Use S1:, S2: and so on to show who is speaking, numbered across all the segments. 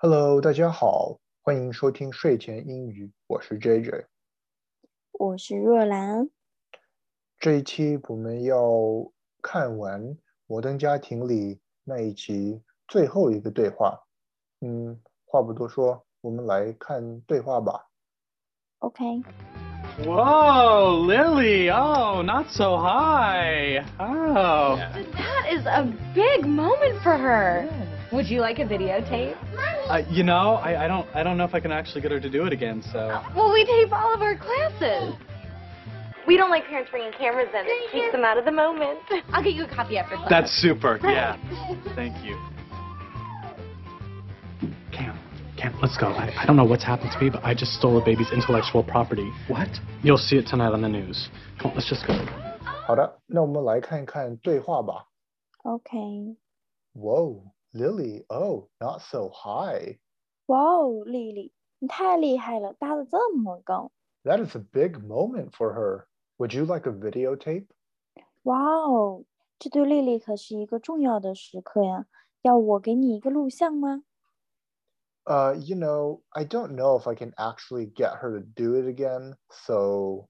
S1: Hello，大家好，欢迎收听睡前英语，我是 JJ。
S2: 我是若兰。
S1: 这一期我们要看完《摩登家庭》里那一集最后一个对话。嗯，话不多说，我们来看对话吧。
S2: OK，
S3: Whoa, Lily! Oh, not so high. Oh,
S4: That is a big moment for her.
S5: Would you like a videotape?
S3: uh, you know, I, I don't, I don't know if I can actually get her to do it again. So,
S4: Well, we tape all of our classes. We don't like parents bringing cameras in. It takes them out of the moment. I'll get you a copy after class.
S3: that's super. Yeah, thank you. Cam, Cam, let's go. I, I don't know what's happened to me, but I just stole a baby's intellectual property. What? You'll see it tonight on the news. Come on, let's just go.
S1: 好的，那我们来看看对话吧。
S2: OK，
S1: Whoa, Lily, oh, not so high.
S2: 哇哦，丽丽，你太厉害了，搭的这么高。
S1: That is a big moment for her. Would you like a videotape?
S2: 哇哦，这对丽丽可是一个重要的时刻呀！要我给你一个录像吗？
S1: Uh, you know, I don't know if I can actually get her to do it again, so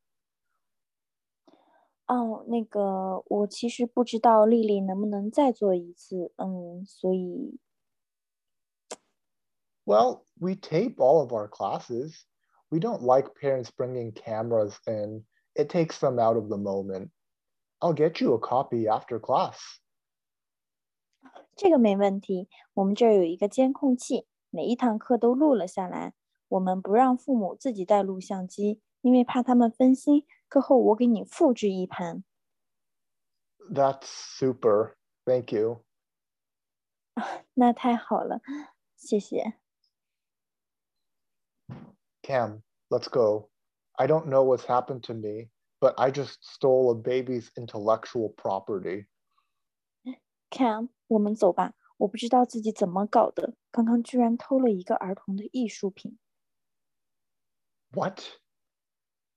S2: 哦，那个，我其实不知道丽丽能不能再做一次，嗯，所以
S1: Well, we tape all of our classes. We don't like parents bringing cameras in. It takes them out of the moment. I'll get you a copy after class.
S2: 这个没问题。我们这儿有一个监控器，每一堂课都录了下来。我们不让父母自己带录像机，因为怕他们分心。课后我给你复制一盘。
S1: That's super. Thank you.
S2: 那太好了，谢谢。
S1: Cam, let's go. I don't know what's happened to me, but I just stole a baby's intellectual property.
S2: Cam，我们走吧。我不知道自己怎么搞的，刚刚居然偷了一个儿童的艺术品。
S1: What?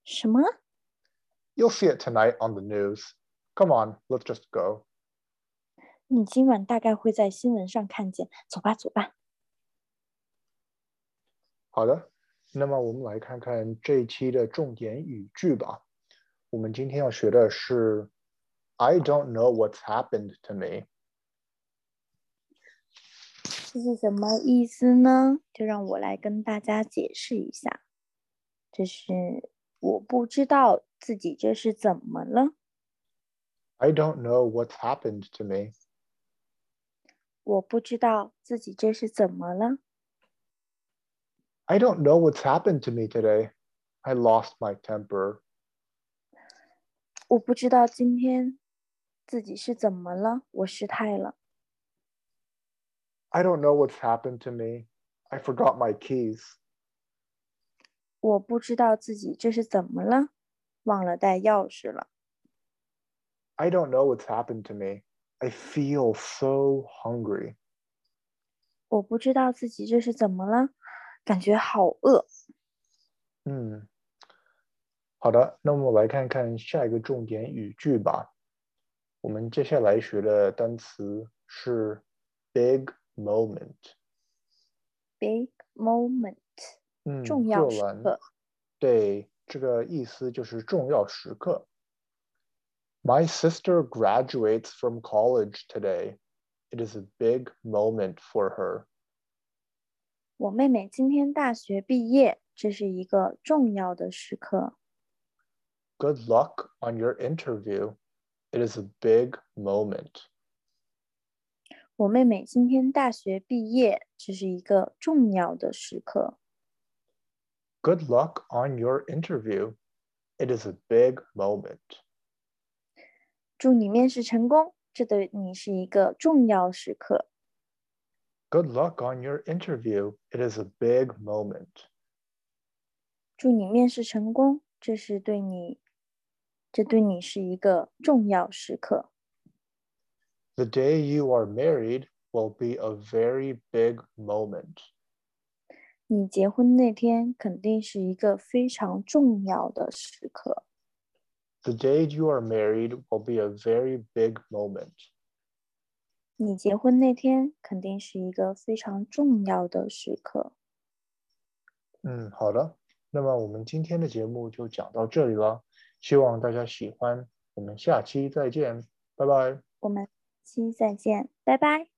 S2: 什么？
S1: You'll see it tonight on the news. Come on, let's just go.
S2: 你今晚大概会在新闻上看见。走吧，走吧。
S1: 好的，那么我们来看看这一期的重点语句吧。我们今天要学的是 "I don't know what's happened to me"。
S2: 这是什么意思呢？就让我来跟大家解释一下。这是我不知道自己这是怎么了，
S1: I don't know what's happened to me。
S2: 我不知道自己这是怎么了。
S1: I don't know what's happened to me today. I lost my temper.
S2: 我不知道今天自己是怎么了，我失态了。
S1: I don't know what's happened to me. I forgot my keys.
S2: 我不知道自己这是怎么了，忘了带钥匙了。
S1: I don't know what's happened to me. I feel so hungry.
S2: 我不知道自己这是怎么了，感觉好饿。
S1: 嗯，好的，那我们来看看下一个重点语句吧。我们接下来学的单词是 big moment。
S2: Big moment，
S1: 嗯，
S2: 重要
S1: 若
S2: 时
S1: 兰
S2: 刻。
S1: 对，这个意思就是重要时刻。My sister graduates from college today. It is a big moment for her.
S2: 我妹妹今天大学毕业，这是一个重要的时刻。
S1: Good luck on your interview. It is a big moment.
S2: 我妹妹今天大学毕业，这是一个重要的时刻。
S1: Good luck on your interview. It is a big moment.
S2: 祝你面试成功，这对你是一个重要时刻。
S1: Good luck on your interview. It is a big moment.
S2: 祝你面试成功，这是对你，这对你是一个重要时刻。
S1: The day you are married will be a very big moment.
S2: 你结婚那天肯定是一个非常重要的时刻。
S1: The day you are married will be a very big moment.
S2: 你结婚那天肯定是一个非常重要的时刻。
S1: 嗯，好的。那么我们今天的节目就讲到这里了，希望大家喜欢。我们下期再见，拜拜。
S2: 我们下期再见，拜拜。